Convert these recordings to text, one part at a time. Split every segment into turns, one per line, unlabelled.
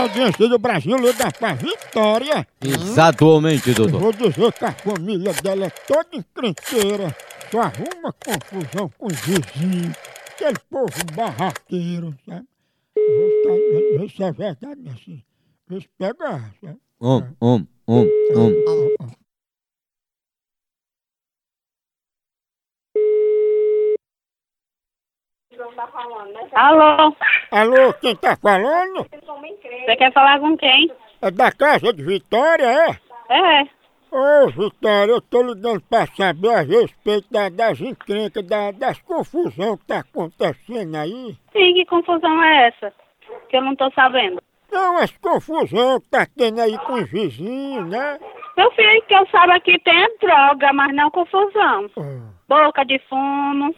audiência do Brasil ligar pra Vitória.
Exatamente, doutor.
Vou dizer que a família dela é toda encrenqueira. Só arruma confusão com os vizinhos. Aquele povo barraqueiro, sabe? Isso tá- Isso é verdade, minha filha. Isso pega, sabe?
Um, um, um, um.
Alô,
Alô, quem tá falando?
você quer falar com quem?
É da casa de Vitória, é?
É,
Ô, Vitória, eu tô ligando pra saber a respeito da- das encrencas, da- das confusão que tá acontecendo aí.
sim, que confusão é essa? Que eu não tô sabendo.
Não, as É confusão que tá tendo aí com os vizinhos, né?
Meu filho, que eu saiba que tem é droga, mas não confusão.
Ah,
Boca de fumo,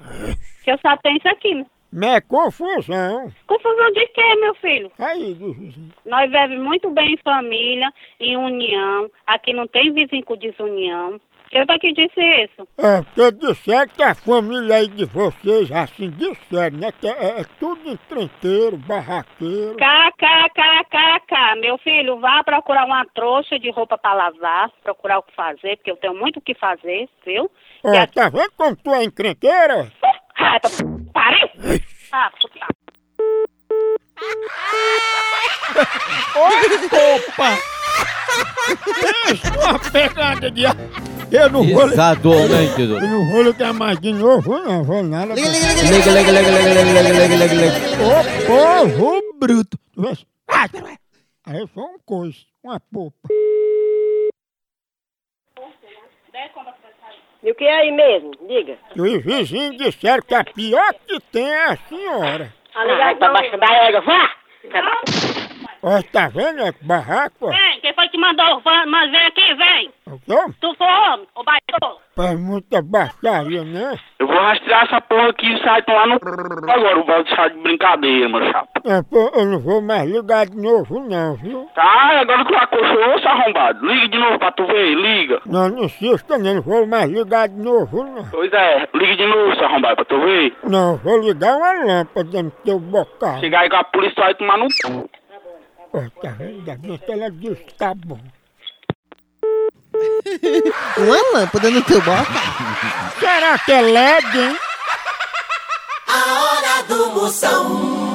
que eu só tenho isso aqui.
Mas é confusão.
Confusão de quê, meu filho?
Aí, dos vizinhos.
Nós vivemos muito bem em família, em união. Aqui não tem vizinho com desunião. Quem foi que disse isso?
É, porque disseram que a família aí de vocês, assim, disseram, né? Que é, é tudo encrenqueiro, barraqueiro.
KKKKK. Meu filho, vá procurar uma trouxa de roupa pra lavar, procurar o que fazer, porque eu tenho muito o que fazer, viu?
Ó,
E a-
tá vendo como tu é encrenqueira?
Ah, tá... Pariu! Ah, puta.
Uma pegada de... Eu não vou...
Exatamente, doutor.
Eu não vou ligar mais de novo, não vou nada.
Liga, liga, liga,
Liga, liga, liga, liga, liga, liga, liga, liga, liga.
Ô povo bruto! Tu vê se- Ah, tá, vai. Aí foi um coice, uma popa.
E o que é aí mesmo? Diga.
E os vizinhos disseram que a pior que tem é a senhora.
A
Tá
ligação. Abaixo da égua, vá!
Ó, tá vendo esse barraco? ó?
Vem, quem foi que mandou? Van- Mas vem aqui, vem.
O quê?
Tu for homem, ô baixou.
Faz muita baixaria, né?
Eu vou rastrear essa porra aqui e sai lá no. Agora o Valdo sai de brincadeira, meu chapa.
É, pô, eu não vou mais ligar de novo não, viu?
Tá, agora que tu acochou, seu arrombado. Liga de novo pra tu ver, liga.
Não, não insista não, não vou mais ligar de novo não.
Pois é, liga de novo, seu arrombado, pra tu ver.
Não, vou ligar uma lâmpada no teu bocal.
Chegar aí com a polícia vai tomar no c.
Ó, tá vendo? Ainda bem que ela disse que tá bom.
Uma lâmpada no teu boca.
Será que é LED, hein?
A hora do Moção.